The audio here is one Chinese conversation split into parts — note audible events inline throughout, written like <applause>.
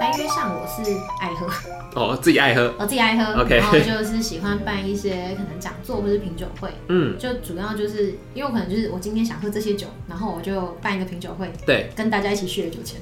来约上我是爱喝， <laughs> 哦，自己爱喝，我自己爱喝 OK 然后就是喜欢办一些可能讲座或是品酒会，嗯，就主要就是因为我可能就是我今天想喝这些酒，然后我就办一个品酒会，对，跟大家一起续酒钱。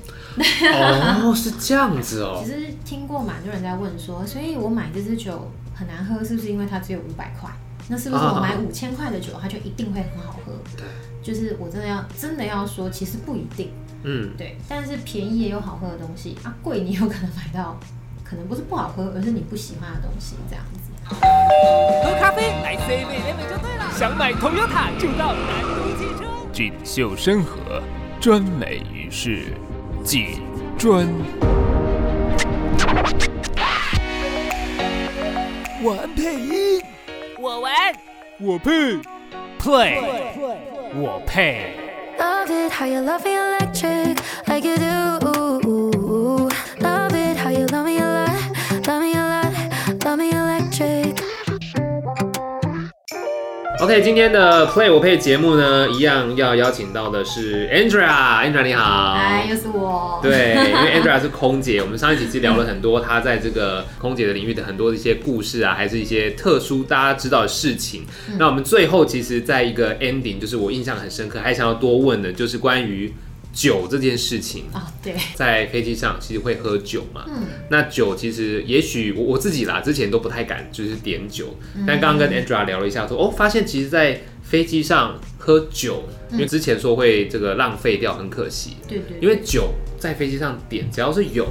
哦，是这样子哦其，实听过蛮多人在问说，所以我买这支酒很难喝，是不是因为它只有五百块？那是不是我买五千块的酒，它就一定会很好喝？对，就是我真的要真的要说，其实不一定。嗯，对，但是便宜也有好喝的东西啊，贵你有可能买到，可能不是不好喝，而是你不喜欢的东西这样子。喝咖啡来 C 位 l e 就对了。想买 Toyota 就到南都汽车。锦绣山河，专美于世，锦专。玩配音，我玩，我配 play，对，我配。 Love it how you love me electric, like you do. Love it how you love me a lot, love me a lot, love me electric. OK，今天的 Play 我配节目呢，一样要邀请到的是 Andrea，Andrea 你好。哎，又是我。啊对，因为 Andrea 是空姐，我们上一集其实聊了很多她在这个空姐的领域的很多的一些故事啊，还是一些特殊大家知道的事情。那我们最后其实在一个 ending，就是我印象很深刻，还想要多问的就是关于酒这件事情。啊，对，在飞机上其实会喝酒嘛，嗯那酒其实也许我我自己啦，之前都不太敢就是点酒，嗯但刚刚跟 Andrea 聊了一下说，哦，发现其实，在飞机上喝酒，嗯因为之前说会这个浪费掉，很可惜，对对，因为酒在飞机上点，只要是有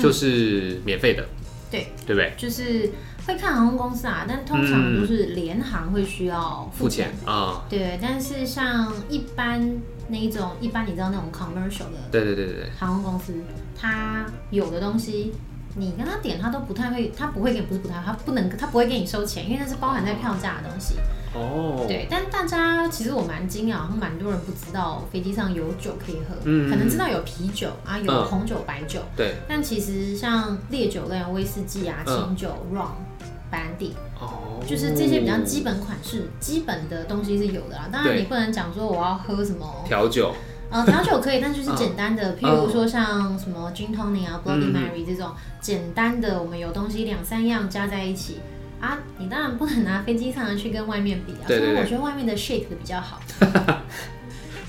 就是免费的，嗯对对不对？就是会看航空公司啊，但通常嗯都是联航会需要付付钱钱。啊、对，但是像一般那一种，一般你知道那种 commercial 的对对对对对，航空公司，它有的东西你跟他点，他都不太会，他不会给你，不是不太，他不能，他不会给你收钱，因为那是包含在票价的东西。哦，对，但大家其实我蛮惊讶，好像蛮多人不知道飞机上有酒可以喝，嗯可能知道有啤酒啊，有嗯红酒、白酒，对但其实像烈酒类、威士忌啊、嗯清酒、rum、白兰地，哦，就是这些比较基本款式、基本的东西是有的啦。当然嗯对你不能讲说我要喝什么，调酒，呃，调酒可以，但就是嗯简单的，譬如说像什么 gin tonic 啊、Bloody 嗯 Mary 这种简单的，我们有东西两三样加在一起。啊，你当然不能拿飞机上的去跟外面比啊，所对对以我对觉得外面的 shake 的比较好， <laughs>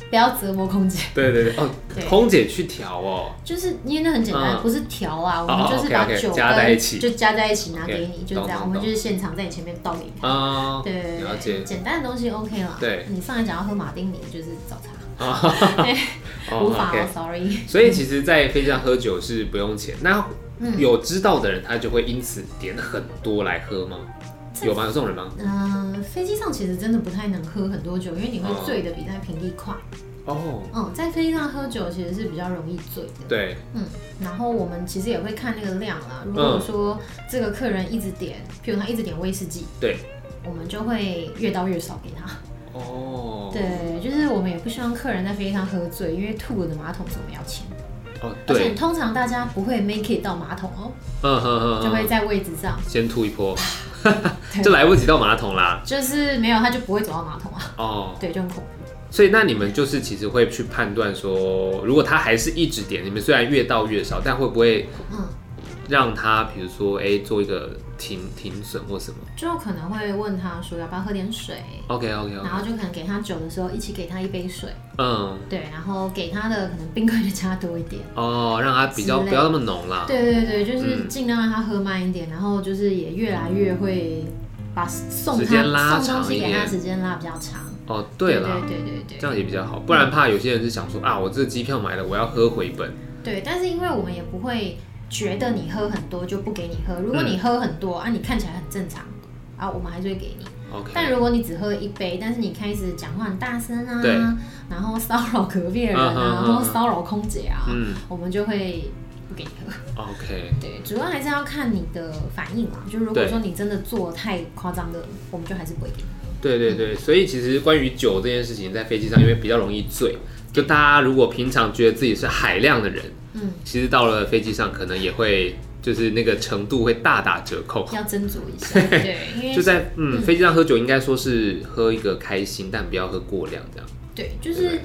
不要折磨空姐。对对对，哦对，空姐去调哦，就是因为那很简单，嗯不是调啊，我哦们哦就是把 OK，OK，酒跟加在一起就加在一起拿给 OK，你，就这样，懂懂我们懂就是现场在你前面倒给你看。啊、对对，了对解对简单的东西 OK 了。对你上来讲要喝马丁尼，就是找茬， <laughs> 啊，哦无法 OK 哦，sorry。所以其实，在飞机上喝酒是不用钱。那嗯有知道的人，他就会因此点很多来喝吗？有吗？有这种人吗？嗯、飞机上其实真的不太能喝很多酒，因为你会醉的比在平地快。哦，嗯，在飞机上喝酒其实是比较容易醉的。，对，嗯嗯，然后我们其实也会看那个量啦。如果说这个客人一直点，譬如他一直点威士忌，对，我们就会越倒越少给他。哦，，对，就是我们也不希望客人在飞机上喝醉，因为吐了的马桶是我们要清，哦，而且对，通常大家不会 make it 到马桶哦，嗯哼哼，就会哼在位置上，先吐一 <laughs> 波，对就来不及到马桶啦。就是没有他就不会走到马桶啊，哦，对，就很恐怖。所以那你们就是其实会去判断说，如果他还是一直点，你们虽然越倒越少，但会不会嗯，让他比如说哎、做一个停停损或什么就可能会问他说要不要喝点水， ？OK OK 然 OK，后就可能给他酒的时候一起给他一杯水，嗯，对，然后给他的可能冰块就加多一点。哦，让他比较之类不要那么浓啦。对对对，就是尽量让他喝慢一点，然后就是也越来越会把送时间他拉送东西给长一他点时间拉比较长。哦，对啦。对对对对这样也比较好，不然怕有些人是想说啊，我这机票买了，我要喝回本。对，但是因为我们也不会觉得你喝很多就不给你喝，如果嗯你喝很多、啊，你看起来很正常啊，我们还是会给你。 OK，但如果你只喝一杯，但是你开始讲话很大声啊对，然后骚扰隔壁的人嗯哼啊，嗯哼或骚扰空姐啊，嗯我们就会不给你喝。 OK，对，主要还是要看你的反应啦。就如果对说你真的做太夸张的，我们就还是不会给你。对对对，所以其实关于酒这件事情，在飞机上因为比较容易醉，就大家如果平常觉得自己是海量的人，嗯，其实到了飞机上可能也会就是那个程度会大打折扣。要斟酌一下，对，因为就在嗯飞机上喝酒，应该说是喝一个开心，但不要喝过量这样。对，就对不是对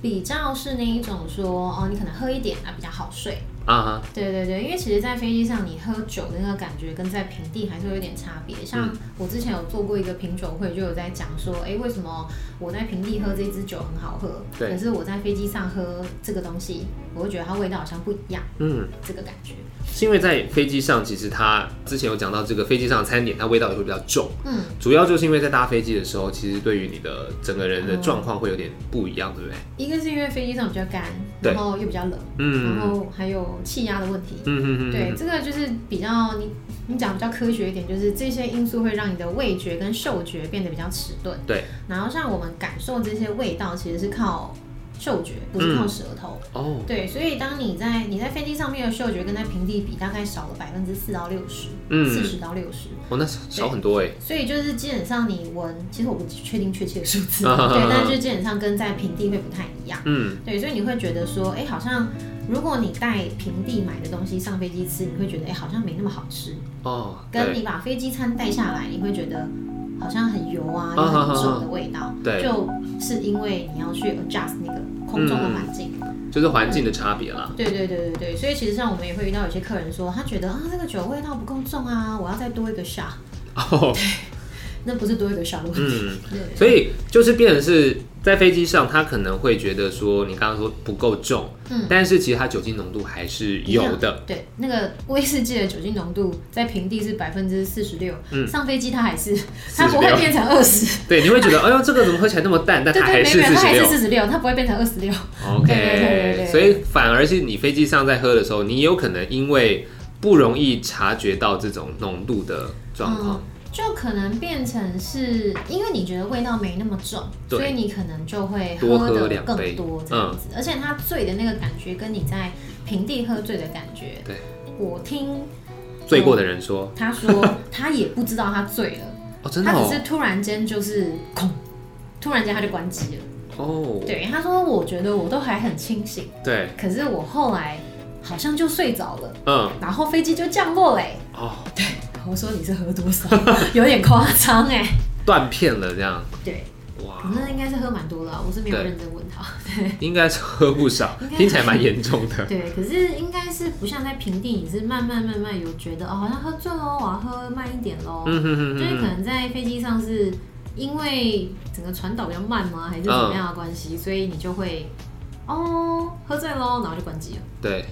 比较是那一种说，哦，你可能喝一点啊比较好睡，啊哈，对对对，因为其实，在飞机上你喝酒的那个感觉跟在平地还是会有点差别。像嗯我之前有做过一个品酒会，就有在讲说，哎，为什么我在平地喝这支酒很好喝，对可是我在飞机上喝这个东西，我会觉得它味道好像不一样，嗯，这个感觉。是因为在飞机上，其实它之前有讲到这个飞机上的餐点，它味道也会比较重，嗯，主要就是因为在搭飞机的时候，其实对于你的整个人的状况会有点不一样，对不对？一个是因为飞机上比较干，对然后又比较冷，嗯然后还有气压的问题。嗯嗯嗯，对，嗯，这个就是比较你你讲比较科学一点，就是这些因素会让你的味觉跟嗅觉变得比较迟钝。对，然后像我们感受这些味道，其实是靠嗅觉，不是靠舌头。哦，对，所以当你在你在飞机上面的嗅觉跟在平地比，大概少了百分之四到六十，嗯四十到六十。哦，那少很多哎，所以就是基本上你闻，其实我不确定确切的数字，啊哈哈对哈，但是就基本上跟在平地会不太一样。嗯，对，所以你会觉得说，哎、好像如果你带平地买的东西上飞机吃，你会觉得哎、诶好像没那么好吃。哦，跟对你把飞机餐带下来，你会觉得好像很油啊，有啊很啊重啊的味道。对就是因为你要去 adjust 那个空中的环境。就是环境的差别啦，对对对对对，所以其实像我们也会遇到有些客人说，他觉得啊这个酒味道不够重啊，我要再多一个 shot。嗯 <laughs> 哦，那不是多一个 shot 的问题。嗯，对所以就是变成是在飞机上，他可能会觉得说你刚刚说不够重，嗯但是其实它酒精浓度还是有的，，对，那个威士忌的酒精浓度在平地是百分之四十六，嗯上飞机它还是它不会变成二十，对，你会觉得哎呦这个怎么喝起来那么淡，但对它对，还没是有，四它十还六是四十六，它不会变成二十六， ，OK，对对对对对所以反而是你飞机上在喝的时候，你有可能因为不容易察觉到这种浓度的状况，就可能变成是因为你觉得味道没那么重，对所以你可能就会多喝的两更杯嗯多这样子，而且它醉的那个感觉跟你在平地喝醉的感觉，对，我听嗯醉过的人说他 <laughs> 说他也不知道他醉了。哦真的嗯他哦只是突然间就是空，突然间他就关机了。哦对，他说我觉得我都还很清醒，对可是我后来好像就睡着了，嗯然后飞机就降落嘞、哦我说你是喝多 <laughs> 少？有点夸张哎。断片了这样对，哇我那应该是喝蛮多了啊，我是没有对认真问他。应该是喝不少，听起来蛮严重的。 <laughs> 对，可是应该是不像在平地，你是慢慢慢慢有觉得哦，好像喝醉喽，我要喝慢一点喽。嗯哼哼就是可哼哼，能在飞机上是因为整个传导比较慢吗，还是怎嗯么样的关系，所以你就会哦喝醉喽，然后就关机了。对，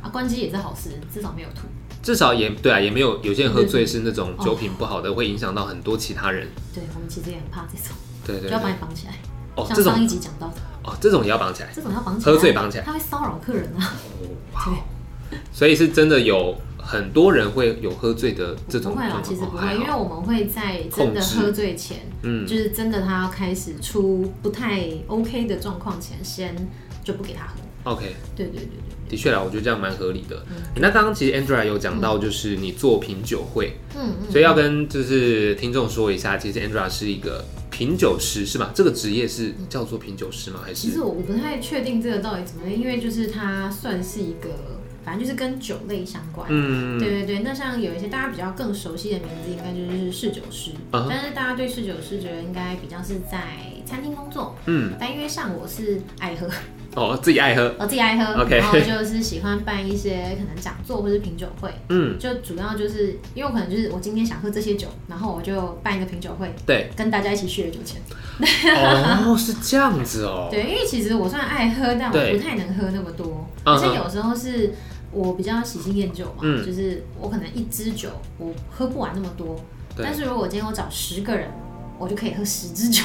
啊，关机也是好事，至少没有吐。至少也对啊，也没有有些人喝醉对是那种酒品不好的，会影响到很多其他人。对我们其实也很怕这种，对对就要把对你，绑起来。哦，像这上一种集讲到的，哦，这种也要绑起来，哦这种要绑起来，喝醉绑起来，他会骚扰客人啊。所以是真的有很多人会有喝醉的这种不会状啦，况，其实不哦会，还因为好我们会在真控的制喝醉前，嗯就是真的他要开始出不太 OK 的状况前，先就不给他喝。 OK，对对对对，的确啦，我觉得这样蛮合理的。嗯那刚刚其实 Andrea 有讲到，就是你做品酒会，嗯嗯。所以要跟就是听众说一下，其实 Andrea 是一个品酒师是吧？这个职业是叫做品酒师吗？还其是实我我不太确定这个到底怎么，因为就是它算是一个，反正就是跟酒类相关。嗯对对对，那像有一些大家比较更熟悉的名字，应该就是侍酒师。啊哈但是大家对侍酒师觉得应该比较是在餐厅工作，嗯但因为像我是爱喝，哦，自己爱喝，我自己爱喝 OK 然后就是喜欢办一些可能讲座或是品酒会，嗯，就主要就是因为我可能就是我今天想喝这些酒，然后我就办一个品酒会， <laughs> 对，跟大家一起去了酒钱。哦，是这样子哦，对，因为其实我虽然爱喝，但我对不太能喝那么多，嗯而且有时候是我比较喜新厌旧嘛，嗯就是我可能一支酒我喝不完那么多，对但是如果我今天我找十个人，我就可以喝十支酒。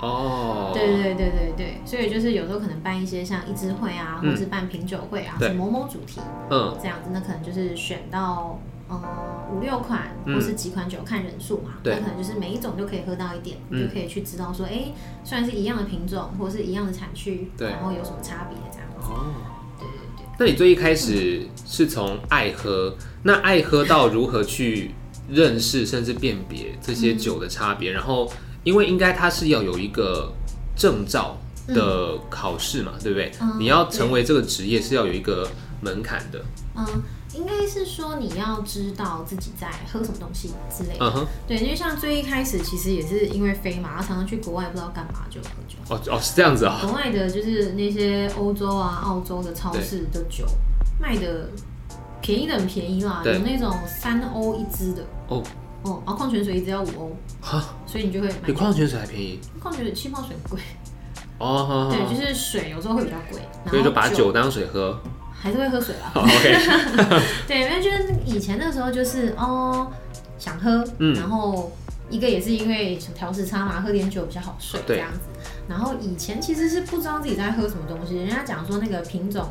哦，对对对对对，所以就是有时候可能办一些像一支会啊，嗯或是办品酒会啊，对是某某主题嗯，这样子，那可能就是选到。呃，五六款嗯或是几款酒看人数嘛，对那可能就是每一种都可以喝到一点，嗯你就可以去知道说，哎、虽然是一样的品种或是一样的产区，对然后有什么差别这样子。哦，对对对，那你最一开始是从爱喝，那爱喝到如何去认识甚至辨别这些酒的差嗯别，然后因为应该它是要有一个证照的考试嘛，对不对？嗯你要成为这个职业是要有一个门槛的，嗯，应该是说你要知道自己在喝什么东西之类的。嗯哼，对，因为像最一开始其实也是因为飞嘛，然后常常去国外不知道干嘛就喝酒。哦哦是这样子哦，啊国外的就是那些欧洲啊、澳洲的超市的酒，卖的便宜的很便宜啦，对有那种三欧一支的，哦，哦，然后矿泉水一支要五欧，哈，所以你就会买比矿泉水还便宜矿泉水气泡水很贵，哦，好好对，好就是水有时候会比较贵，然后所以就把酒当水喝。还是会喝水啦 <laughs> <laughs> 好，OK，对，因为就是以前那时候就是哦想喝，嗯然后一个也是因为调时差嘛，喝点酒比较好睡这对样子。然后以前其实是不知道自己在喝什么东西，人家讲说那个品种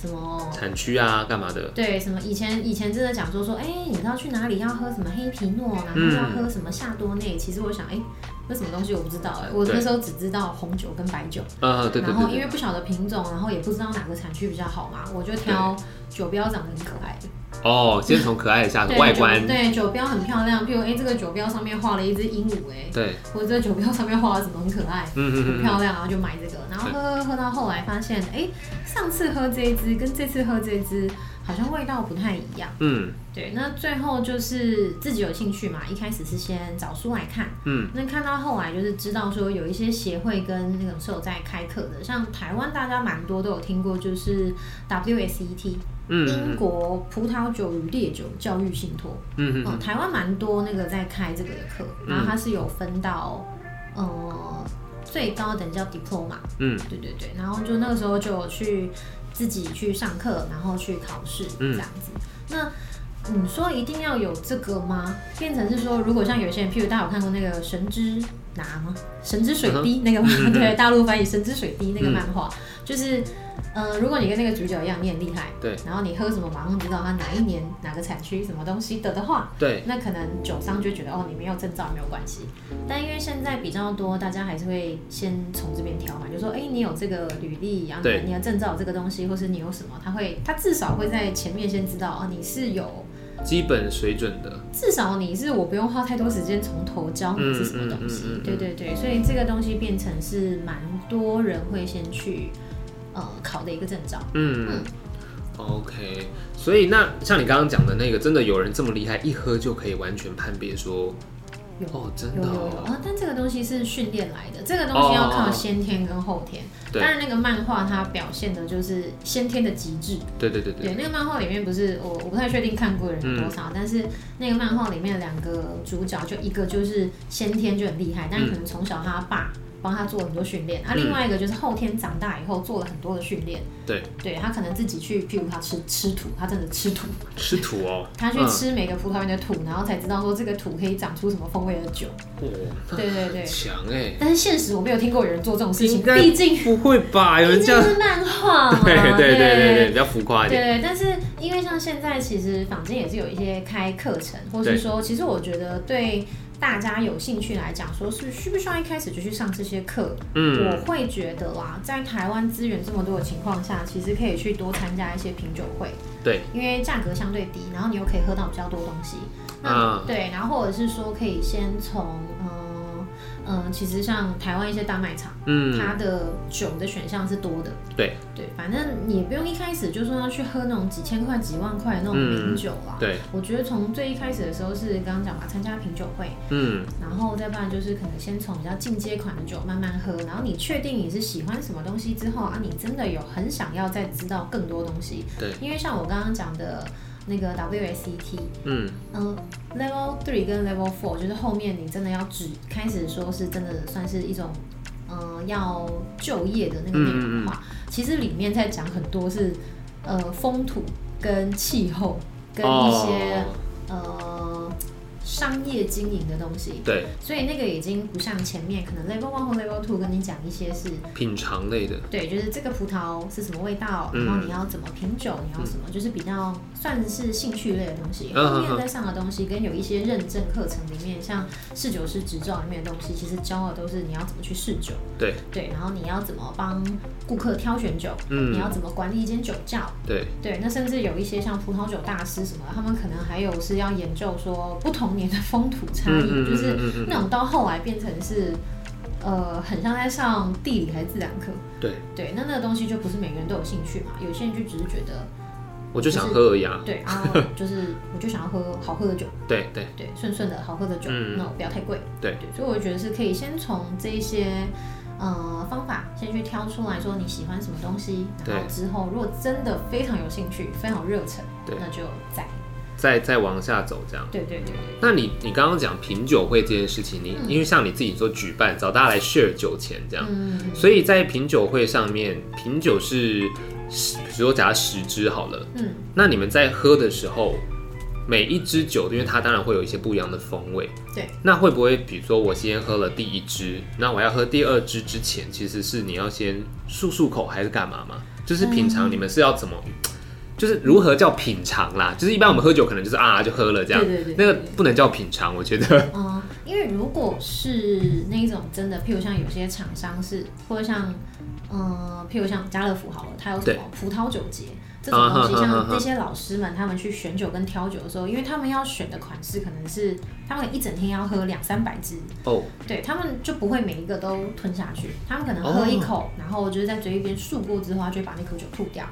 什么。产区啊，干嘛的？对，什么以前以前真的讲说说，哎、你知道去哪里要喝什么黑皮诺，然后嗯要喝什么夏多内。其实我想，哎、那什么东西我不知道、哎，我那对时候只知道红酒跟白酒。呃，对对然后对因为对，不晓得品种，然后也不知道哪个产区比较好嘛，我就挑酒标长得很可爱的。哦，先从可爱的下手，对外酒观，对酒标很漂亮，譬如哎、诶这个酒标上面画了一只鹦鹉哎，对，或者这个酒标上面画了什么很可爱，嗯很嗯漂嗯，亮，然后就买这个，然后对喝喝喝到后来发现哎、诶上次喝这一支跟这次喝这一支好像味道不太一样，嗯对，那最后就是自己有兴趣嘛，一开始是先找书来看，嗯，那看到后来就是知道说有一些协会跟那种是有在开课的，像台湾大家蛮多都有听过，就是 WSET 嗯英国葡萄酒与烈酒教育信托。嗯嗯，嗯台湾蛮多那个在开这个的课，然后它是有分到，呃，最高等级叫 diploma，嗯对对对，然后就那个时候就有去自己去上课，然后去考试这嗯样子。那你说一定要有这个吗？变成是说，如果像有些人，譬如大家有看过那个《神之拿》吗？《神之水滴》那个漫，嗯嗯嗯对，大陆翻译《神之水滴》那个嗯漫画，就是，呃，如果你跟那个主角一样，你很厉害，对然后你喝什么马上知道它哪一年哪个产区什么东西的的话，对，那可能酒商就觉得哦，你没有证照没有关系，但因为现在比较多，大家还是会先从这边挑嘛，就说哎、你有这个履历，然后对你的证照有这个东西，或是你有什么，他会他至少会在前面先知道哦，你是有，基本水准的，至少你是我不用花太多时间从头教你是什么东西，嗯嗯嗯嗯嗯对对对，所以这个东西变成是蛮多人会先去呃考的一个证照，嗯。OK，所以那像你刚刚讲的那个，真的有人这么厉害，一喝就可以完全判别说，有哦，真有的有有哦，啊，但这个东西是训练来的，这个东西要靠先天跟后天。对当然，那个漫画它表现的就是先天的极致。对对对对对，嗯那个漫画里面不是我我不太确定看过的人有多少，但是那个漫画里面的两个主角，就一个就是先天就很厉害，但是可能从小他爸帮他做很多训练，啊，嗯另外一个就是后天长大以后做了很多的训练，对，对他可能自己去，譬如他吃吃土，他真的吃土，吃土哦，他去吃每个葡萄园的土，然后才知道说这个土可以长出什么风味的酒。嗯，哇，对对对。强哎，但是现实我没有听过有人做这种事情，应该毕竟不会吧？有毕人这竟样？是漫画嘛， <laughs> 对对对对对，对比较浮夸一点，对但是因为像现在其实坊间也是有一些开课程，或是对说，其实我觉得对大家有兴趣来讲，说是需不需要一开始就去上这些课，嗯我会觉得啦，在台湾资源这么多的情况下，其实可以去多参加一些品酒会，对，因为价格相对低，然后你又可以喝到比较多东西。那、啊对，然后或者是说可以先从嗯嗯、呃其实像台湾一些大卖场，它嗯，的酒的选项是多的。对对，反正你也不用一开始就说要去喝那种几千块、几万块的那种嗯名酒啦。对，我觉得从最一开始的时候是刚刚讲嘛，参加品酒会，嗯，然后再不然就是可能先从比较进阶款的酒慢慢喝，然后你确定你是喜欢什么东西之后啊，你真的有很想要再知道更多东西。对，因为像我刚刚讲的那个 WSET，嗯，嗯，Level Three 跟 Level Four 就是后面你真的要只开始说是真的算是一种，嗯、要就业的那个内容的话，其实里面在讲很多是呃风土跟气候跟一些、哦呃商业经营的东西，对，所以那个已经不像前面可能 Level One 或 Level Two 跟你讲一些是品尝类的，对，就是这个葡萄是什么味道，嗯然后你要怎么品酒，你要什么，就是比较算是兴趣类的东西。嗯后面嗯在上的东西跟有一些认证课程里面，像侍酒师执照里面的东西，其实教的都是你要怎么去试酒，对对，然后你要怎么帮顾客挑选酒，嗯你要怎么管理一间酒窖。对，对，那甚至有一些像葡萄酒大师什么，他们可能还有是要研究说不同年的风土差异，嗯嗯嗯就是嗯嗯嗯那种到后来变成是，呃，很像在上地理还是自然课，对，对，那那个东西就不是每个人都有兴趣嘛，有些人就只是觉得，我就想喝而已啊，对 <laughs> 啊，就是我就想要喝好喝的酒，对对，对，顺顺的好喝的酒，嗯那、不要太贵，对对，所以我觉得是可以先从这一些呃方法，先去挑出来说你喜欢什么东西，然后对之后如果真的非常有兴趣、非常有热忱，对那就再再再往下走这样。对对对对那你你刚刚讲品酒会这件事情，你嗯因为像你自己做举办，找大家来 share 酒钱这样，嗯，所以在品酒会上面，品酒是十，比如说假如十支好了，嗯，那你们在喝的时候，每一支酒，因为它当然会有一些不一样的风味，对。那会不会比如说我先喝了第一支，那我要喝第二支之前，其实是你要先漱漱口还是干嘛吗？就是品尝，你们是要怎么？就是如何叫品尝啦，就是一般我们喝酒可能就是啊就喝了这样，对对对对那个不能叫品尝，我 <laughs> 觉得。嗯，因为如果是那种真的，譬如像有些厂商是，或者像，嗯，譬如像家乐福好了，它有什对么葡萄酒节这种东西，啊哈哈哈像哈那些老师们他们去选酒跟挑酒的时候，因为他们要选的款式可能是他们一整天要喝两三百支， <laughs> 哦，对他们就不会每一个都吞下去，他们可能喝一口，然后就是在嘴一边漱过之后，他就会把那口酒吐掉，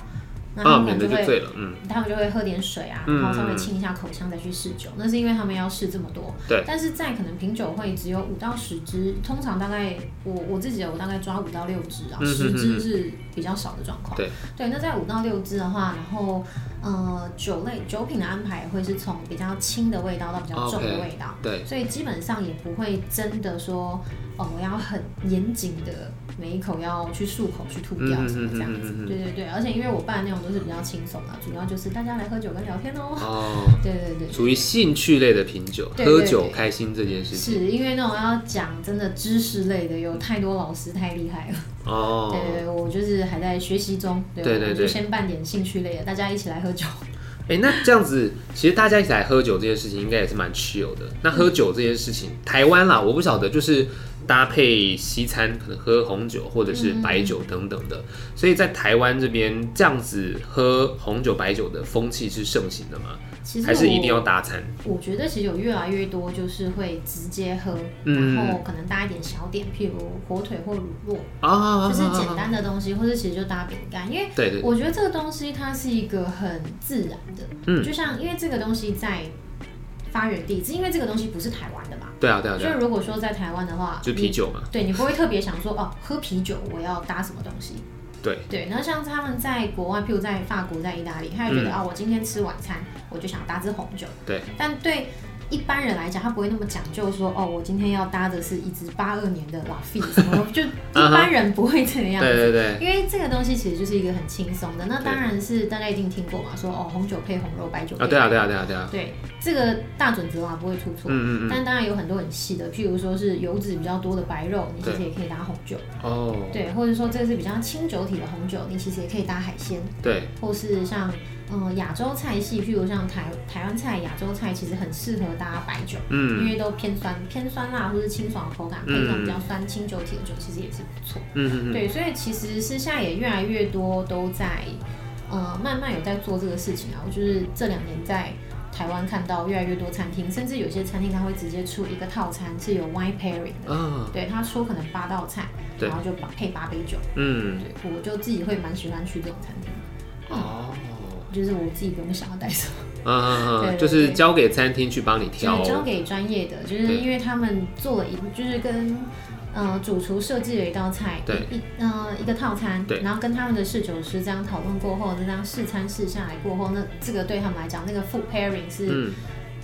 那他啊，们可免能得就就会醉了，嗯，他们就会喝点水啊，嗯然后稍微清一下口腔再去试酒，那是因为他们要试这么多。对但是在可能品酒会只有五到十支，通常大概我我自己的我大概抓五到六支啊，嗯十嗯嗯支是比较少的状况。对那在五到六支的话，然后呃酒类酒品的安排会是从比较轻的味道到比较重的哦 OK 味道。对，所以基本上也不会真的说，哦，我要很严谨的每一口要去漱口、去吐掉什么这样子。嗯嗯嗯嗯嗯嗯对对对，而且因为我办的那种都是比较轻松啊，主要就是大家来喝酒跟聊天哦。哦，对对对，属于兴趣类的品酒，对对喝酒对开心这件事情，是因为那种要讲真的知识类的，有太多老师太厉害了。哦，对对对，我就是还在学习中，对对对我就对先办点兴趣类的，大家一起来喝酒。哎、那这样子，其实大家一起来喝酒这件事情，应该也是蛮 chill 的。那喝酒这件事情，台湾啦，我不晓得，就是搭配西餐，可能喝红酒或者是白酒嗯等等的。所以在台湾这边，这样子喝红酒、白酒的风气是盛行的吗？其实还是一定我要搭餐？我觉得其实有越来越多就是会直接喝，嗯然后可能搭一点小点，譬如火腿或乳酪，啊，就是简单的东西，或者其实就搭饼干，因为 <laughs> 对对我觉得这个东西它是一个很自然的，嗯就像因为这个东西在发源地，是因为这个东西不是台湾的嘛，对啊，对啊，对所以啊，如果说在台湾的话，就啤酒嘛你，对你不会特别想说哦，喝啤酒我要搭什么东西？对对，那像他们在国外，譬如在法国、在意大利，他会觉得嗯啊、我今天吃晚餐，我就想搭支红酒。对，但对一般人来讲，他不会那么讲究说，哦，我今天要搭的是一支八二年的拉菲，什 <laughs> 么就一般人不会这个样对子。对对，因为这个东西其实就是一个很轻松的，那当然是大家一定听过嘛，说哦红酒配红肉，白酒配啊，对啊，对啊，对啊，对啊，对这个大准则啊不会出错。嗯嗯嗯，但当然有很多很细的，譬如说是油脂比较多的白肉，你其实对也可以搭红酒，哦，对，或者说这个是比较清酒体的红酒，你其实也可以搭海鲜，对，或是像嗯亚洲菜系，譬如像台台湾菜、亚洲菜，其实很适合搭白酒，因嗯为都偏酸、偏酸辣或是清爽的口感，配上比较酸清酒体的酒，其实也是不错。嗯嗯嗯，对，所以其实是现在也越来越多都在呃慢慢有在做这个事情啊。我就是这两年在台湾看到越来越多餐厅，甚至有些餐厅它会直接出一个套餐是有 wine pairing 的，啊，对，它出可能八道菜，对然后就把配八杯酒。嗯，对，我就自己会蛮喜欢去这种餐厅。哦。就是我自己不用想要带什么，嗯嗯对嗯，对就是对交给餐厅去帮你挑，就交给专业的，就是对因为他们做了一，就是跟呃主厨设计了一道菜，对一一呃一个套餐对，然后跟他们的侍酒师这样讨论过后，这样试餐试下来过后，那这个对他们来讲，那个 food pairing 是嗯，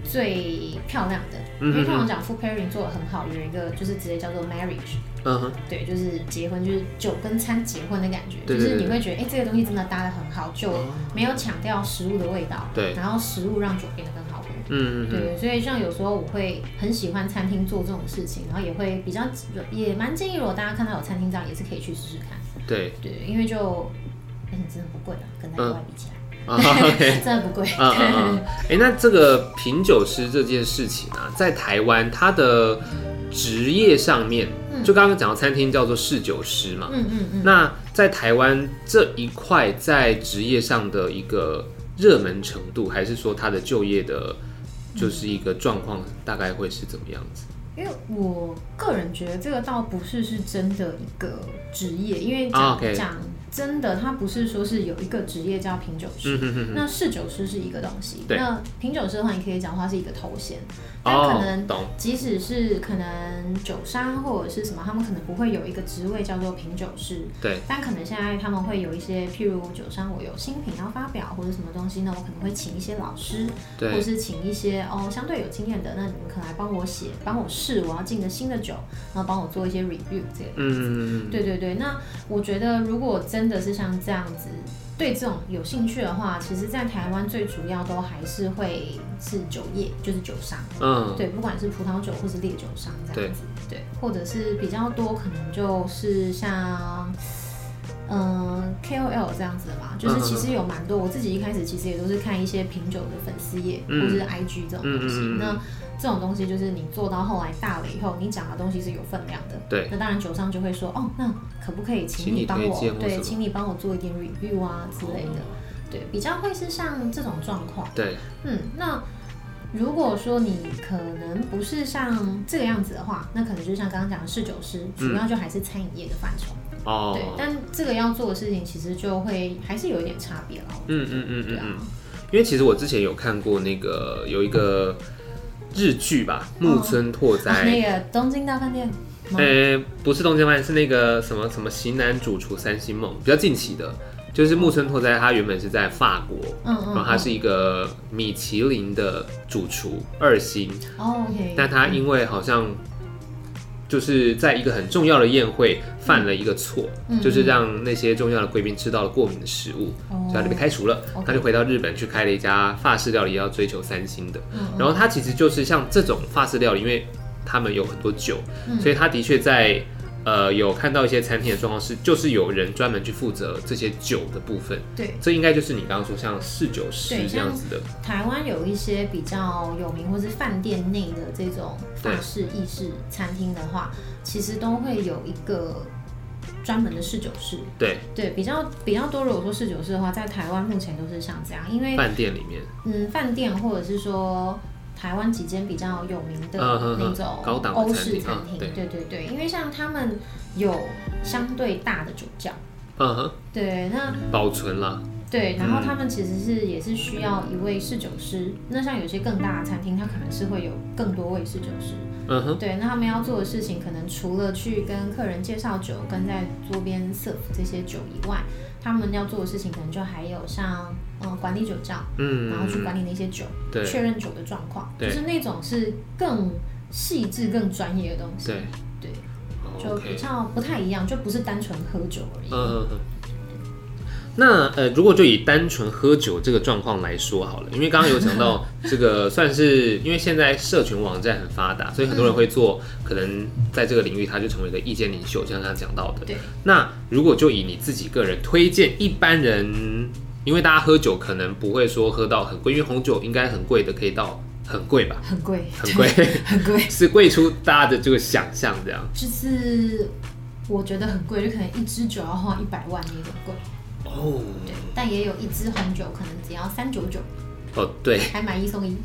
最漂亮的，嗯因为通嗯嗯常讲 food pairing 做的很好，有一个就是直接叫做 marriage，嗯哼，对，就是结婚，就是酒跟餐结婚的感觉，对对就是对哦你会觉得，哎、这个东西真的搭的很好，就没有强调食物的味道，对然后食物让酒变得更好喝。嗯嗯嗯，对，所以像有时候我会很喜欢餐厅做这种事情，然后也会比较也蛮建议，如果大家看到有餐厅这样，也是可以去试试看。对，对，因为就、哎真的不贵啊，跟在国外比起来， <laughs> 啊，OK，真的不贵。嗯嗯嗯，哎、那这个品酒师这件事情啊，在台湾他的职业上面，嗯就刚刚讲到餐厅叫做侍酒师嘛， <laughs> 嗯嗯嗯，那在台湾这一块在职业上的一个热门程度，还是说他的就业的，就是一个状况，大概会是怎么样子？因为我个人觉得这个倒不是是真的一个职业，因为啊讲，OK 讲、真的，它不是说是有一个职业叫品酒师，嗯哼哼哼，那侍酒师是一个东西，对那品酒师的话，你可以讲它是一个头衔，但可哦能，懂，即使是可能酒商或者是什么，他们可能不会有一个职位叫做品酒师，对，但可能现在他们会有一些，譬如酒商我有新品要发表或者什么东西呢，我可能会请一些老师，对或是请一些哦相对有经验的，那你们可能来帮我写，帮我试我要进的新的酒，然后帮我做一些 review 这个。嗯，对对对，那我觉得如果真的是像这样子，对这种有兴趣的话，其实在台湾最主要都还是会是酒业，就是酒商。嗯，对，不管是葡萄酒或是烈酒商这对样子，对，或者是比较多可能就是像。嗯，KOL 这样子的嘛，嗯就是其实有蛮多，我自己一开始其实也都是看一些品酒的粉丝页、嗯或者是 IG 这种东西。嗯嗯嗯嗯那这种东西就是你做到后来大了以后，你讲的东西是有分量的。对那当然酒商就会说，哦，那可不可以请请你你帮推我荐或什对，么哦请你帮我做一点 review 啊之类的。对，比较会是像这种状况。对，嗯，那如果说你可能不是像这个样子的话，那可能就像刚刚讲的侍酒师，主要就还是餐饮业的范畴。嗯哦对，，但这个要做的事情其实就会还是有一点差别了。嗯嗯嗯对嗯啊嗯，，因为其实我之前有看过那个有一个日剧吧，木村拓哦啊那哉。个东京大饭店吗？呃，不是《东京湾》，是那个什么什么《型男主厨三星梦》，比较近期的，就是木村拓哉，他原本是在法国，嗯然嗯，哦后他是一个米其林的主厨二星，哦 OK，但他因为好像就是在一个很重要的宴会犯了一个错，嗯就是让那些重要的贵宾吃到了过敏的食物，哦所以他就被开除了。 OK 他就回到日本去开了一家法式料理，要追求三星的。嗯然后他其实就是像这种法式料理，因为他们有很多酒，嗯所以他的确在。呃，有看到一些餐厅的状况是，就是有人专门去负责这些酒的部分，嗯对。这应该就是你刚刚说像侍酒师对这样子的，台湾有一些比较有名或是饭店内的这种法式、意式餐厅的话，其实都会有一个专门的侍酒室，对，对，比较比较多。如果说侍酒师的话，在台湾目前都是像这样，因为饭店里面，嗯，饭店或者是说台湾几间比较有名的嗯嗯嗯那种高档的欧餐式厅餐厅，嗯对对对对，因为像他们有相对大的酒窖，嗯哼，对，那保存了，对，然嗯后他们其实是也是需要一位侍酒师。那像有些更大的餐厅，它可能是会有更多位侍酒师。嗯哼，对，那他们要做的事情，可能除了去跟客人介绍酒，跟在桌边 serve 这些酒以外，他们要做的事情可能就还有像嗯管理酒窖，嗯，然后去管理那些酒，对确认酒的状况，就对是那种是更细致、更专业的东西。对哦对，就比，OK，较不太一样，就不是单纯喝酒而已。嗯嗯嗯。那呃，如果就以单纯喝酒这个状况来说好了，因为刚刚有讲到这个，算是因为现在社群网站很发达，所以很多人会做，可能在这个领域他就成为一个意见领袖，就像刚刚讲到的。对。那如果就以你自己个人推荐一般人，因为大家喝酒可能不会说喝到很贵，因为红酒应该很贵的，可以到很贵吧，很贵，很贵， <laughs> <laughs> 很贵。是贵出大家的这个想象这样。就是我觉得很贵，就可能一支酒要花一百万那种贵，哦对。但也有一支红酒可能只要三九九，哦，对还买一送一。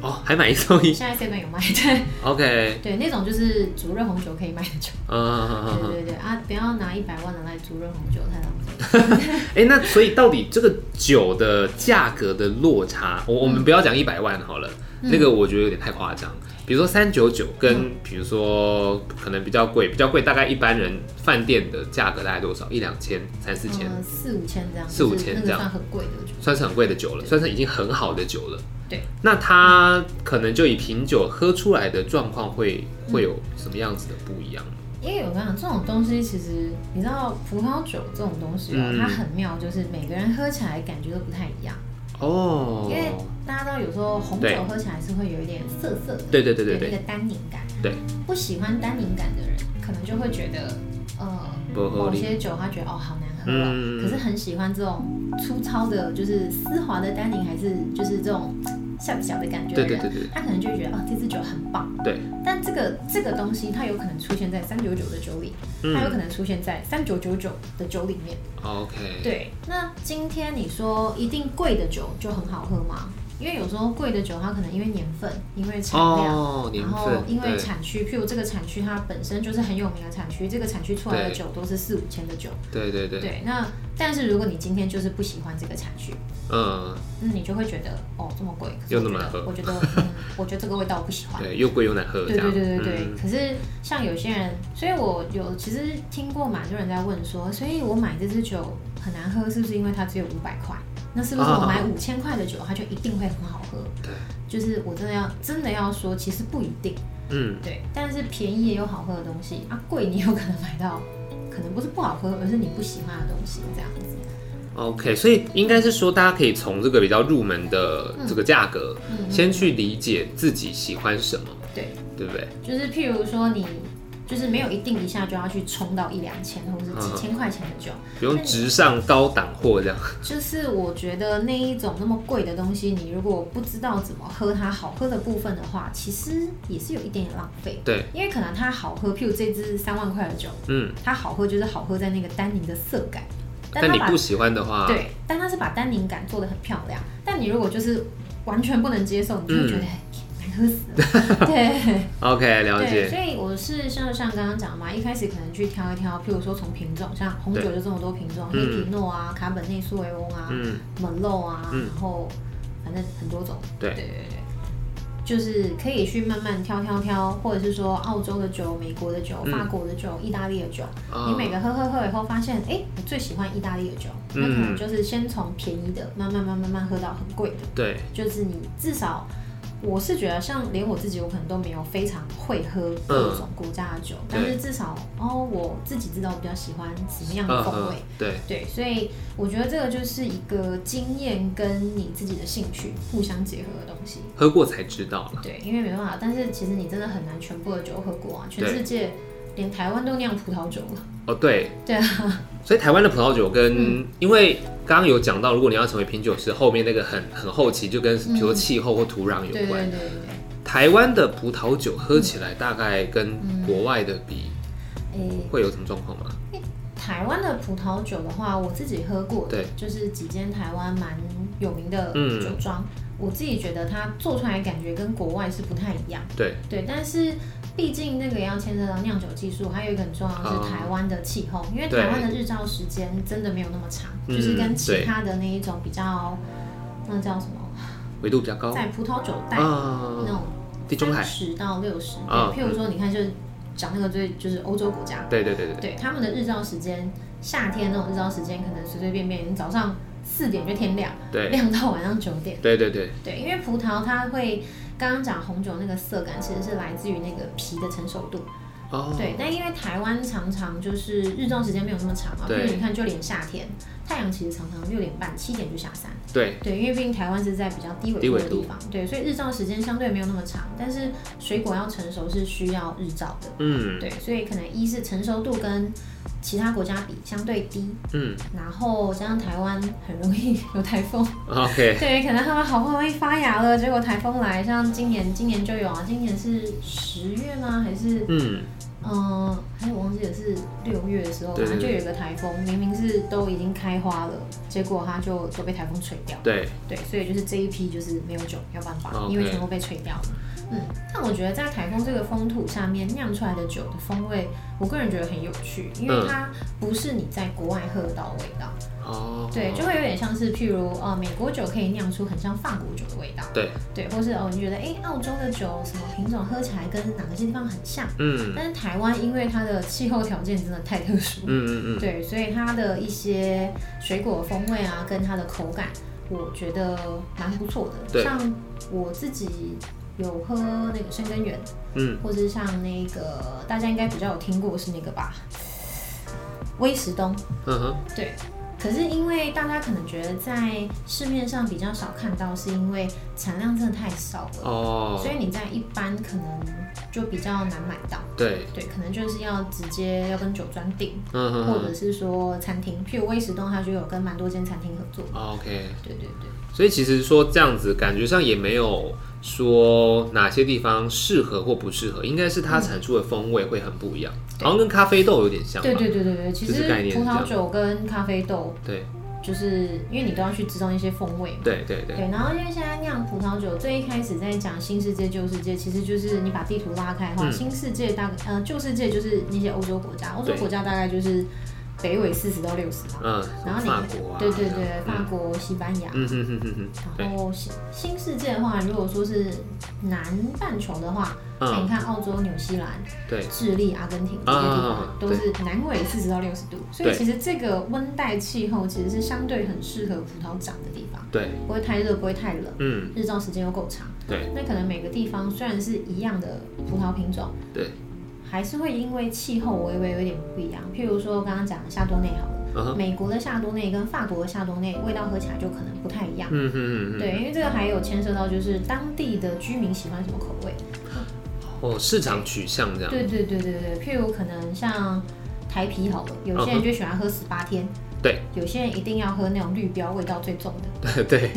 哦，还买一送一。现在 seven 有卖，对 <laughs> OK，对，那种就是煮热红酒可以买的酒。对嗯，对对啊，不要拿一百万拿来煮热红酒，太浪费。哎，那所以到底这个酒的价格的落差，我我们不要嗯讲一百万好了，那个我觉得有点太夸张。比如说三九九跟嗯比如说可能比较贵，比较贵大概一般人饭店的价格大概多少？一两千、三四千，嗯，四五千这样，四五千就是这那样个算很贵的酒。算是很贵的酒了，算是已经很好的酒了。对，那它可能就以品酒喝出来的状况会嗯会有什么样子的不一样？因为我跟你讲，这种东西其实你知道，葡萄酒这种东西哦，嗯它很妙，就是每个人喝起来感觉都不太一样。哦因，为大家知道，有时候红对酒喝起来是会有一点涩涩的，对对对对有对那个单宁感。对，不喜欢单宁感的人，可能就会觉得，呃，不合某理些酒他觉得哦好难喝哦，嗯可是很喜欢这种粗糙的，就是丝滑的单宁，还是就是这种下小的感觉的对人，对对对他可能就会觉得哦这支酒很棒。对，但这个这个东西，它有可能出现在三九九的酒里，嗯它有可能出现在三九九九的酒里面。哦，OK，，对，那今天你说一定贵的酒就很好喝吗？因为有时候贵的酒，它可能因为年份，因为产量，哦，年然后份，因为对产区，譬如这个产区它本身就是很有名的产区，这个产区出来的对酒都是四五千的酒。对对对，对，那但是如果你今天就是不喜欢这个产区，嗯，那你就会觉得哦这么贵，可是又我那么觉难喝得我觉得 <laughs> 嗯，我觉得这个味道我不喜欢。对，又贵又难喝，这对对样，对对对。嗯可是像有些人，所以我有其实听过蛮多人在问说，所以我买这支酒很难喝，是不是因为它只有五百块？那是不是我买啊五千块的酒，它就一定会很好喝？对，就是我真的要真的要说，其实不一定。嗯，对，但是便宜也有好喝的东西啊，贵你有可能买到，可能不是不好喝，而是你不喜欢的东西这样子。 OK，所以应该是说，大家可以从这个比较入门的这个价格，嗯，先去理解自己喜欢什么，对，对不对？就是譬如说你。就是没有一定一下就要去冲到一两千或嗯者是几千块钱的酒，不用直上高档货这样。就是我觉得那一种那么贵的东西，你如果不知道怎么喝它好喝的部分的话，其实也是有一点点浪费。对，因为可能它好喝，譬如这支三万块的酒，嗯，它好喝就是好喝在那个单宁的色感，但它你把不喜欢的话，对，但它是把单宁感做的很漂亮。但你如果就是完全不能接受，你就嗯会觉得、哎难喝死 <laughs> 了。对，OK，了对，所解，以我是像像刚刚讲的嘛，一开始可能去挑一挑，譬如说从品种，像红酒对就这么多品种，黑嗯皮诺啊、卡本内苏维翁啊、嗯，门漏啊，嗯然后反正很多种。对对，对对。就是可以去慢慢挑挑挑，或者是说澳洲的酒、美国的酒、嗯法国的酒、意大利的酒，啊你每个喝喝喝以后，发现哎、诶我最喜欢意大利的酒，那可能嗯就是先从便宜的慢慢慢慢慢喝到很贵的，对，就是你至少我是觉得，像连我自己，我可能都没有非常会喝嗯各种国家的酒，但是至少哦，我自己知道我比较喜欢什么样的嗯风味嗯。，对，对，所以我觉得这个就是一个经验跟你自己的兴趣互相结合的东西。喝过才知道了。对，因为没办法，但是其实你真的很难全部的酒喝过啊，全对世界连台湾都酿葡萄酒了。哦，对，对啊， <laughs> 嗯所以台湾的葡萄酒跟，因为刚刚有讲到，如果你要成为品酒师，后面那个很很后期，就跟比如说气候或土壤有对对关。嗯对对对。台湾的葡萄酒喝起来大概跟国外的比，诶、会有什么状况吗？台湾的葡萄酒的话，我自己喝过的对，就是几间台湾蛮有名的嗯酒庄，我自己觉得它做出来的感觉跟国外是不太一样。对，对，但是毕竟那个也要牵扯到酿酒技术，还有一个很重要的哦是台湾的气候，因为对台湾的日照时间真的没有那么长，嗯就是跟对其他的那一种比较，那叫什么，纬度比较高在葡萄酒带那啊，种嗯地中海，十到六十，啊对，譬如说你看就是讲那个最就是欧洲国家，对对对对对，对他们的日照时间，夏天那种日照时间可能随随便便，你早上四点就天亮，对亮到晚上九点。对对对，对，因为葡萄它会刚刚讲红酒那个涩感，其实是来自于那个皮的成熟度。哦，对，但因为台湾常常就是日照时间没有那么长嘛，比对如你看，就连夏天，太阳其实常常六点半、七点就下山。对对，因为毕竟台湾是在比较低低纬度纬的地度方，对，所以日照时间相对没有那么长，但是水果要成熟是需要日照的。嗯对，所以可能一是成熟度跟其他国家比相对低，嗯然后加上台湾很容易 <laughs> 有台风， ，OK，对，可能他们好不容易发芽了，结果台风来，像今年今年就有啊，今年是十月吗？还是嗯，嗯、还有我忘记了是六月的时候，对反正就对对有一个台风，明明是都已经开花了，结果它就都被台风吹掉。对，对，所以就是这一批就是没有酒，没有办法 OK 因为全部被吹掉了。嗯，但我觉得在台风这个风土下面酿出来的酒的风味，我个人觉得很有趣，因为嗯它不是你在国外喝得到的味道，哦，对，就会有点像是譬如呃美国酒可以酿出很像法国酒的味道，对，对，或是哦你觉得诶澳洲的酒什么品种喝起来跟哪个地方很像，嗯但是台湾因为它的气候条件真的太特殊了嗯嗯嗯，对，所以它的一些水果风味啊，跟它的口感，我觉得蛮不错对的。像我自己有喝那个生根源，嗯，或是像那个大家应该比较有听过是那个吧，威石东。嗯哼，对，可是因为大家可能觉得在市面上比较少看到，是因为产量真的太少了，哦所，以你在一般可能就比较难买到。对，对，可能就是要直接要跟酒庄订，嗯哼或者哼是说餐厅，譬如威石东，它就有跟蛮多间餐厅合作。哦，OK，对对对，所以其实说这样子，感觉上也没有说哪些地方适合或不适合，应该是它产出的风味会很不一样，好像跟咖啡豆有点像吧。对对对对对，其就是实概念是葡这样萄酒跟咖啡豆对就是因为你都要去制造那些风味嘛。对对对，对，然后因为现在酿葡萄酒，最一开始在讲新世界、旧世界，其实就是你把地图拉开的话，嗯新世界大概呃旧世界就是那些欧洲国家，欧洲对国家大概就是北纬四十到六十嘛，嗯，然后你法国啊，对对对，这法样，国、西班牙，嗯哼哼哼哼，对然后新新世界的话，如果说是南半球的话，哎你嗯看澳洲、纽西兰、对，智利、阿根廷这些地方、啊都是南纬四十到六十度，所以对其实这个温带气候其实是相对很适合葡萄长的地方，对，不会太热，不会太冷。嗯日照时间又够长，对那可能每个地方虽然是一样的葡萄品种，对，还是会因为气候微微有点不一样。譬如说刚刚讲的夏多内好了，嗯哼美国的夏多内跟法国的夏多内味道喝起来就可能不太一样。嗯哼哼哼，对，因为这个还有牵涉到就是当地的居民喜欢什么口味。哦，市场取向这样，对对对对对，譬如可能像台啤好了，有些嗯人哼就喜欢喝十八天，对有些人一定要喝那种绿标味道最重的 <laughs> 对对，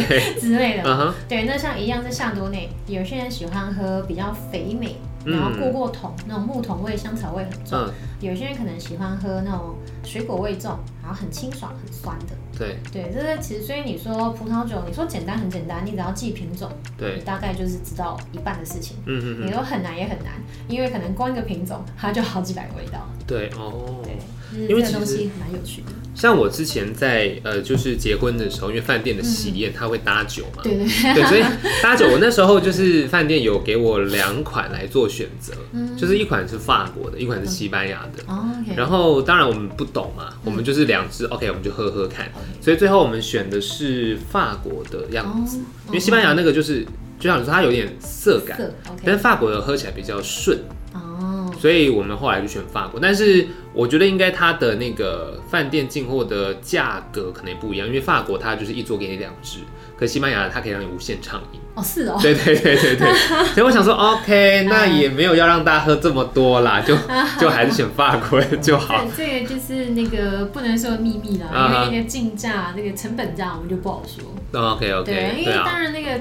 <laughs> 之类的。嗯哼，对，那像一样是夏多内，有些人喜欢喝比较肥美，嗯然后过过桶、那种木桶味、香草味很重；嗯，有些人可能喜欢喝那种水果味重，然后很清爽、很酸的。对对，这个其实所以你说葡萄酒，你说简单很简单，你只要记品种，你对，大概就是知道一半的事情。嗯哼你哼，说很难也很难，因为可能光一个品种它就好几百个味道。对哦。对，就是因为嗯这个东其实西蛮有趣的。像我之前在呃，就是结婚的时候，因为饭嗯店的喜宴它会搭酒嘛，对对对， <laughs> 对，所以搭酒我那时候就是饭店有给我两款来做选择，就是一款是法国的，一款是西班牙的。嗯哦，OK，然后当然我们不懂嘛，嗯我们就是两支 OK，我们就喝喝看。所以最后我们选的是法国的样子哦，因为西班牙那个就是就像你说它有点涩感，色但是，OK，法国的喝起来比较顺，哦，所以我们后来就选法国。但是我觉得应该它的那个饭店进货的价格可能也不一样，因为法国它就是一桌给你两支，可西班牙它可以让你无限畅饮。哦是哦，嗯对对对 <laughs> 对对，所以我想说，OK，那也没有要让大家喝这么多啦，就 <laughs> 就还是选法国的就好。对，这个就是那个不能说的秘密啦，啊哈因为那个进价、那个成本价，我们就不好说。 OK <laughs> 对， OK，因为对啊当，然那个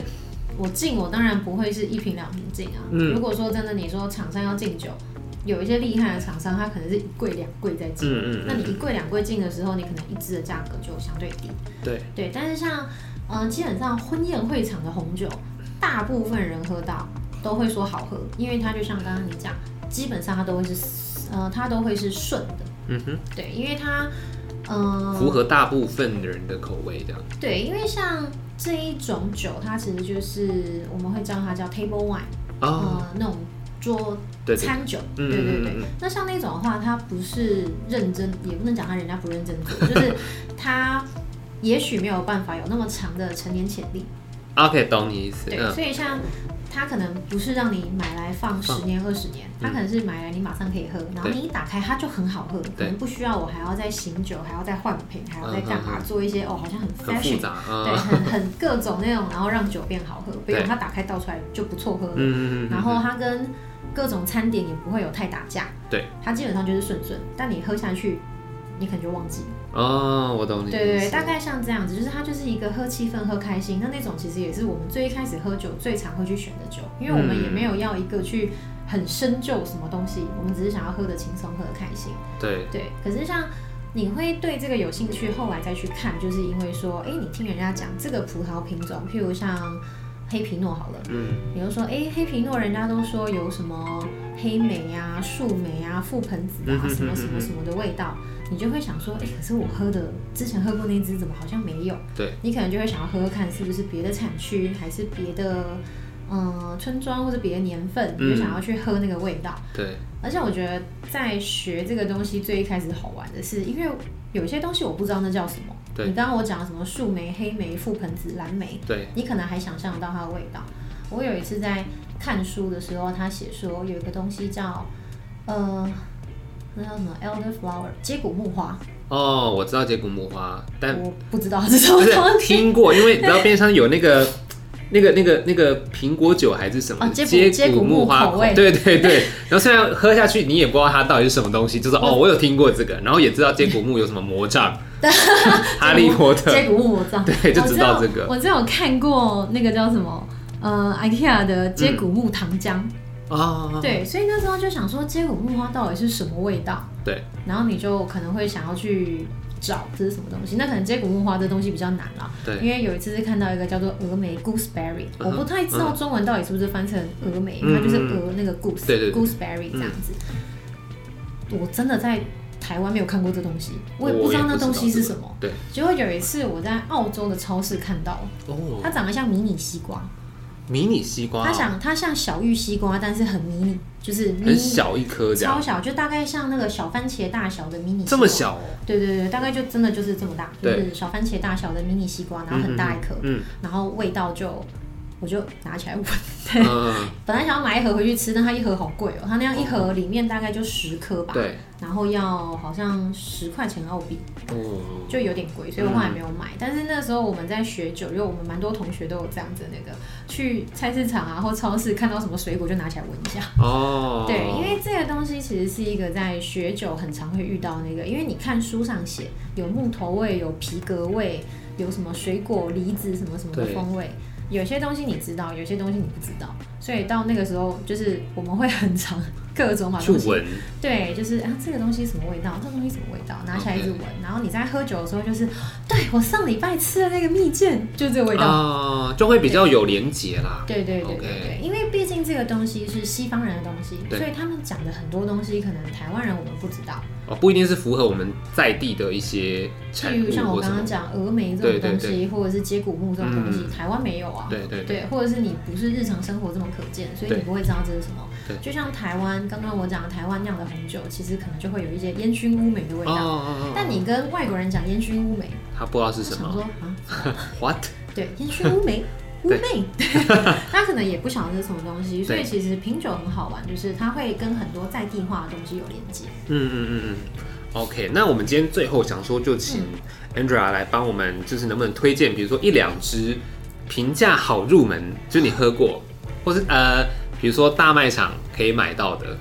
我进，我当然不会是一瓶两瓶进啊。嗯如果说真的，你说厂商要进酒，有一些厉害的厂商，他可能是一柜两柜在进。嗯嗯那嗯，你一柜两柜进的时候，你可能一支的价格就相对低。对对，但是像嗯、呃基本上婚宴会场的红酒，大部分人喝到都会说好喝，因为它就像刚刚你讲，基本上它都会是呃，它都会是顺的。嗯哼，对，因为它，嗯、符合大部分人的口味这样。对，因为像这一种酒，它其实就是我们会叫它叫 table wine，、哦，呃，那种桌对对，餐酒，嗯对对嗯对。嗯嗯那像那种的话，它不是认真，也不能讲它人家不认真 <laughs> 做，就是它也许没有办法有那么长的成年潜力， ，OK，懂你意思。对，嗯所以像。它可能不是让你买来放十年二十年，它可能是买来你马上可以喝，然后嗯对你一打开它就很好喝，可对能不需要我还要再醒酒，还要再换品，还要再干嘛嗯嗯嗯做一些哦，好像很很 fashion 复杂对，啊。很很各种那种，然后让酒变好喝，不用对它打开倒出来就不错喝了。嗯嗯嗯嗯然后它跟各种餐点也不会有太打架，对，它基本上就是顺顺，但你喝下去，你可能就忘记了。哦，我懂你意思。对对对，大概像这样子，就是它就是一个喝气氛、喝开心。那那种其实也是我们最一开始喝酒最常会去选的酒，因为我们也没有要一个去很深究什么东西，我们只是想要喝的轻松、喝的开心。对对，可是像你会对这个有兴趣，后来再去看，就是因为说，哎，你听人家讲这个葡萄品种，譬如像黑皮诺好了，嗯，你就说，哎，黑皮诺人家都说有什么黑莓啊、树莓啊、覆盆子嗯啊哼，什么什嗯哼么什么的味道，你就会想说，哎，可是我喝的之前喝过那支，怎么好像没有？对，你可能就会想要喝喝看，是不是别的产区，还是别的。嗯，村庄或者别的年份，嗯你就想要去喝那个味道。对，而且我觉得在学这个东西最一开始好玩的是，因为有些东西我不知道那叫什么。对你刚刚我讲的什么树莓、黑莓、覆盆子、蓝莓，对，你可能还想象得到它的味道。我有一次在看书的时候，他写说有一个东西叫呃，那叫什么 elderflower 接骨木花，哦，我知道结骨木花，但我不知道这是什嗯不么是东西。听过，因为你知道边上有那个。那个、那个、那个苹果酒还是什么哦？接骨接骨木木花口味对对对。然后现在喝下去，你也不知道它到底是什么东西，就是哦，我有听过这个，然后也知道接骨木有什么 <laughs> 魔杖，哈利波特。接骨木我知道， <laughs> 对就知道这个我只有我只有看过那个叫什么呃 IKEA 的接骨木糖浆。嗯哦，对，所以那时候就想说，接骨木花到底是什么味道？对然后你就可能会想要去找这是什么东西。那可能接骨木花这东西比较难啦，对因为有一次是看到一个叫做峨眉 gooseberry，、嗯哼我嗯不太知道中文到底是不是翻成峨眉，因为它就是峨那个 goose 对对对嗯 gooseberry 这样子。我真的在台湾没有看过这东西，我也不知道那东西是什么。对，结果有一次我在澳洲的超市看到，哦它，长得像迷你西瓜，迷你西瓜，它想它像小玉西瓜，但是很迷你，就是迷很你小一颗这超样，小，就大概像那个小番茄大小的迷你。这么？小哦，对对对，大概就真的就是这么大，就对是小番茄大小的迷你西瓜，然后很大一颗， <laughs> 嗯然后味道就我就拿起来闻，嗯嗯，本来想要买一盒回去吃，但它一盒好贵哦，它那样一盒里面大概就十颗吧，对，然后要好像十块钱澳币，哦，就有点贵，所以我后来没有买。但是那时候我们在学酒，因为我们蛮多同学都有这样子的那个去菜市场啊或超市看到什么水果就拿起来闻一下。哦，对，因为这个东西其实是一个在学酒很常会遇到那个，因为你看书上写有木头味、有皮革味、有什么水果、梨子什么什么的对风味，有些东西你知道，有些东西你不知道，所以到那个时候就是我们会很常各种把去东西闻，对，就是啊，这个东西什么味道，这个东西什么味道，拿起来一直闻。然后你在喝酒的时候， <laughs> 就是对我上礼拜吃的那个蜜饯，就这个味道。啊，就会比较有连结啦，对对对对 OK 对因为毕竟这个东西是西方人的东西，对所以他们讲的很多东西，可能台湾人我们不知道。哦，不一定是符合我们在地的一些产例物如像我或什刚么刚，讲峨眉这对种对东西，对或者是接骨木这种东西，嗯台湾没有啊。对对对对，或者是你不是日常生活这么可见，所以对你不会知道这是什么对。就像台湾刚刚我讲的台湾酿的红酒，其实可能就会有一些烟熏乌梅的味哦道。哦，但你跟外国人讲烟熏乌梅，他不知道是他什想说么啊， ，what？对，烟熏乌 <laughs> 梅，乌梅，他可能也不晓得是什么东西，所以对其实品酒很好玩，就是它会跟很多在地化的东西有连接。嗯嗯嗯嗯。OK，那我们今天最后想说，就请嗯 Andrea 来帮我们，就是能不能推荐，比如说一两支评价好入门，就是你喝过，或是呃，比如说大卖场可以买到的，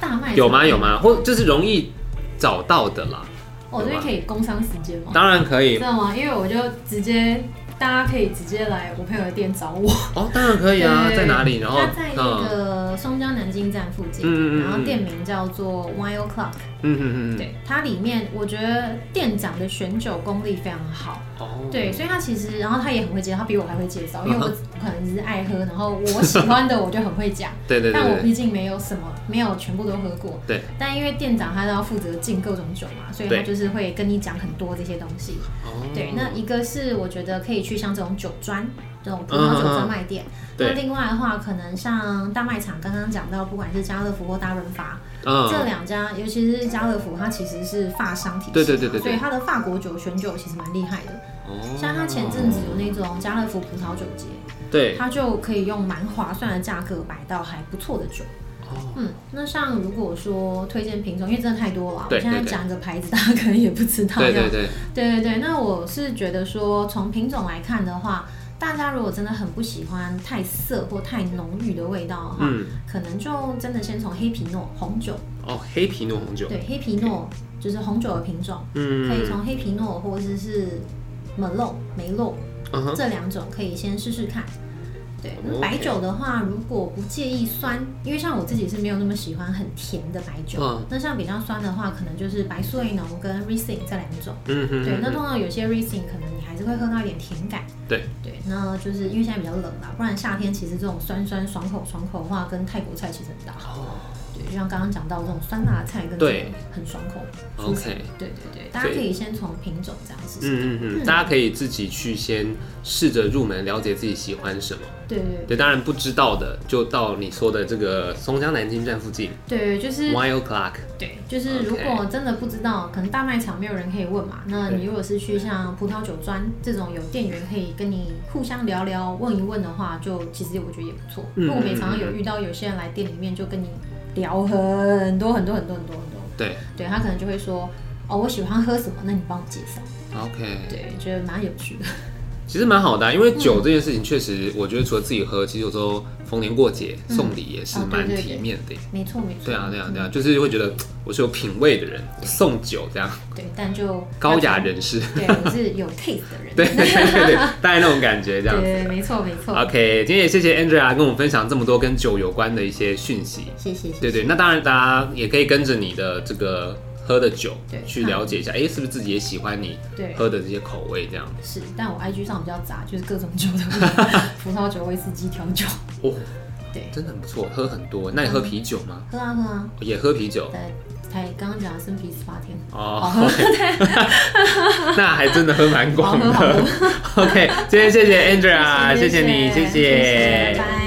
大麦有吗？有？吗？或就是容易找到的啦。我这边有吗可哦以工商时间吗？当然可以知道吗？因为我就直接，大家可以直接来我朋友的店找我。哦，当然可以啊，在哪里？然后嗯他在那个松江南京站附近，嗯嗯嗯然后店名叫做 Wild Clock、嗯嗯嗯嗯，对，它里面我觉得店长的选酒功力非常好。哦，对，所以他其实，然后他也很会介绍，他比我还会介绍，因为我啊可能只是爱喝，然后我喜欢的我就很会讲，对对但我对毕对竟没有什么，没有全部都喝过。对。但因为店长他都要负责进各种酒嘛，所以他对就是会跟你讲很多这些东西。哦对，那一个是我觉得可以去像这种酒庄这种葡萄酒专卖店，对那另外的话，可能像大卖场刚刚讲到，不管是家乐福或大润发、这嗯，两家，尤其是家乐福，它其实是法商体系嘛，对对对对对所以它的法国酒选酒其实蛮厉害的。哦像它前阵子有那种家乐福葡萄酒节，对它就可以用蛮划算的价格买到还不错的酒。哦嗯，那像如果说推荐品种，因为真的太多了啊，对我现在对对讲一个牌子，大家可能也不知道对这样对对，对对对，那我是觉得说，从品种来看的话，大家如果真的很不喜欢太涩或太浓郁的味道的话，嗯可能就真的先从黑皮诺红酒，哦，黑皮诺红酒，对黑皮诺就是红酒的品种，嗯，可以从黑皮诺或者是梅洛梅洛嗯哼这两种可以先试试看。对，那 OK 白酒的话，如果不介意酸，因为像我自己是没有那么喜欢很甜的白酒，嗯那像比较酸的话，可能就是白苏维农跟 Riesling 这两种。嗯哼，对，那嗯通常有些 Riesling 可能你还是会喝到一点甜感。对对，那就是因为现在比较冷啦，不然夏天其实这种酸酸爽口爽口的话，跟泰国菜其实很搭。对，就像刚刚讲到这种酸辣菜跟这对种很爽口。 OK 舒服对对对，大家可以先从品种这样试试。嗯嗯嗯，大家可以自己去先试着入门，了解自己喜欢什么。对对对，当然不知道的就到你说的这个松江南京站附近对，就是。 Wild Clock。对，就是如果 OK 真的不知道，可能大卖场没有人可以问嘛。那你对如果是去像葡萄酒庄这种有店员可以跟你互相聊聊、问一问的话，就其实我觉得也不错。嗯因为我们也常常有遇到有些人来店里面就跟你聊很多很多很多很多很多，对对他可能就会说。哦，我喜欢喝什么？那你帮我介绍。 ，OK，对，嗯觉得蛮有趣的。其实蛮好的啊、因为酒这件事情确实，我觉得除了自己喝，其实有时候逢年过节送礼也是哦对蛮对嗯对体面的耶。没错，没错。对啊，对啊，对啊，就是会觉得我是有品味的人，送酒这样，对，但就高雅。人士。对，我是有 taste 的人。 <laughs> 对对对对，大概那种感觉这样对，子。没错，没错。 OK，今天也谢谢 Andrea 跟我们分享这么多跟酒有关的一些讯息。谢谢。谢谢对对，那当然大家也可以跟着你的这个喝的酒对，去了解一下，哎、是不是自己也喜欢你对，喝的这些口味这样？是，但我 IG 上比较杂，就是各种酒的 <laughs> 味道葡萄酒、威士忌、调酒，哦，对真的很不错，喝很多。那你喝啤酒吗？喝啊喝啊，也喝啤酒才才刚刚讲的生啤十八天，哦 <laughs> 好喝，那还真的喝蛮广好喝啊的。OK，今天谢谢 Andrea，谢谢你，谢谢谢，拜拜。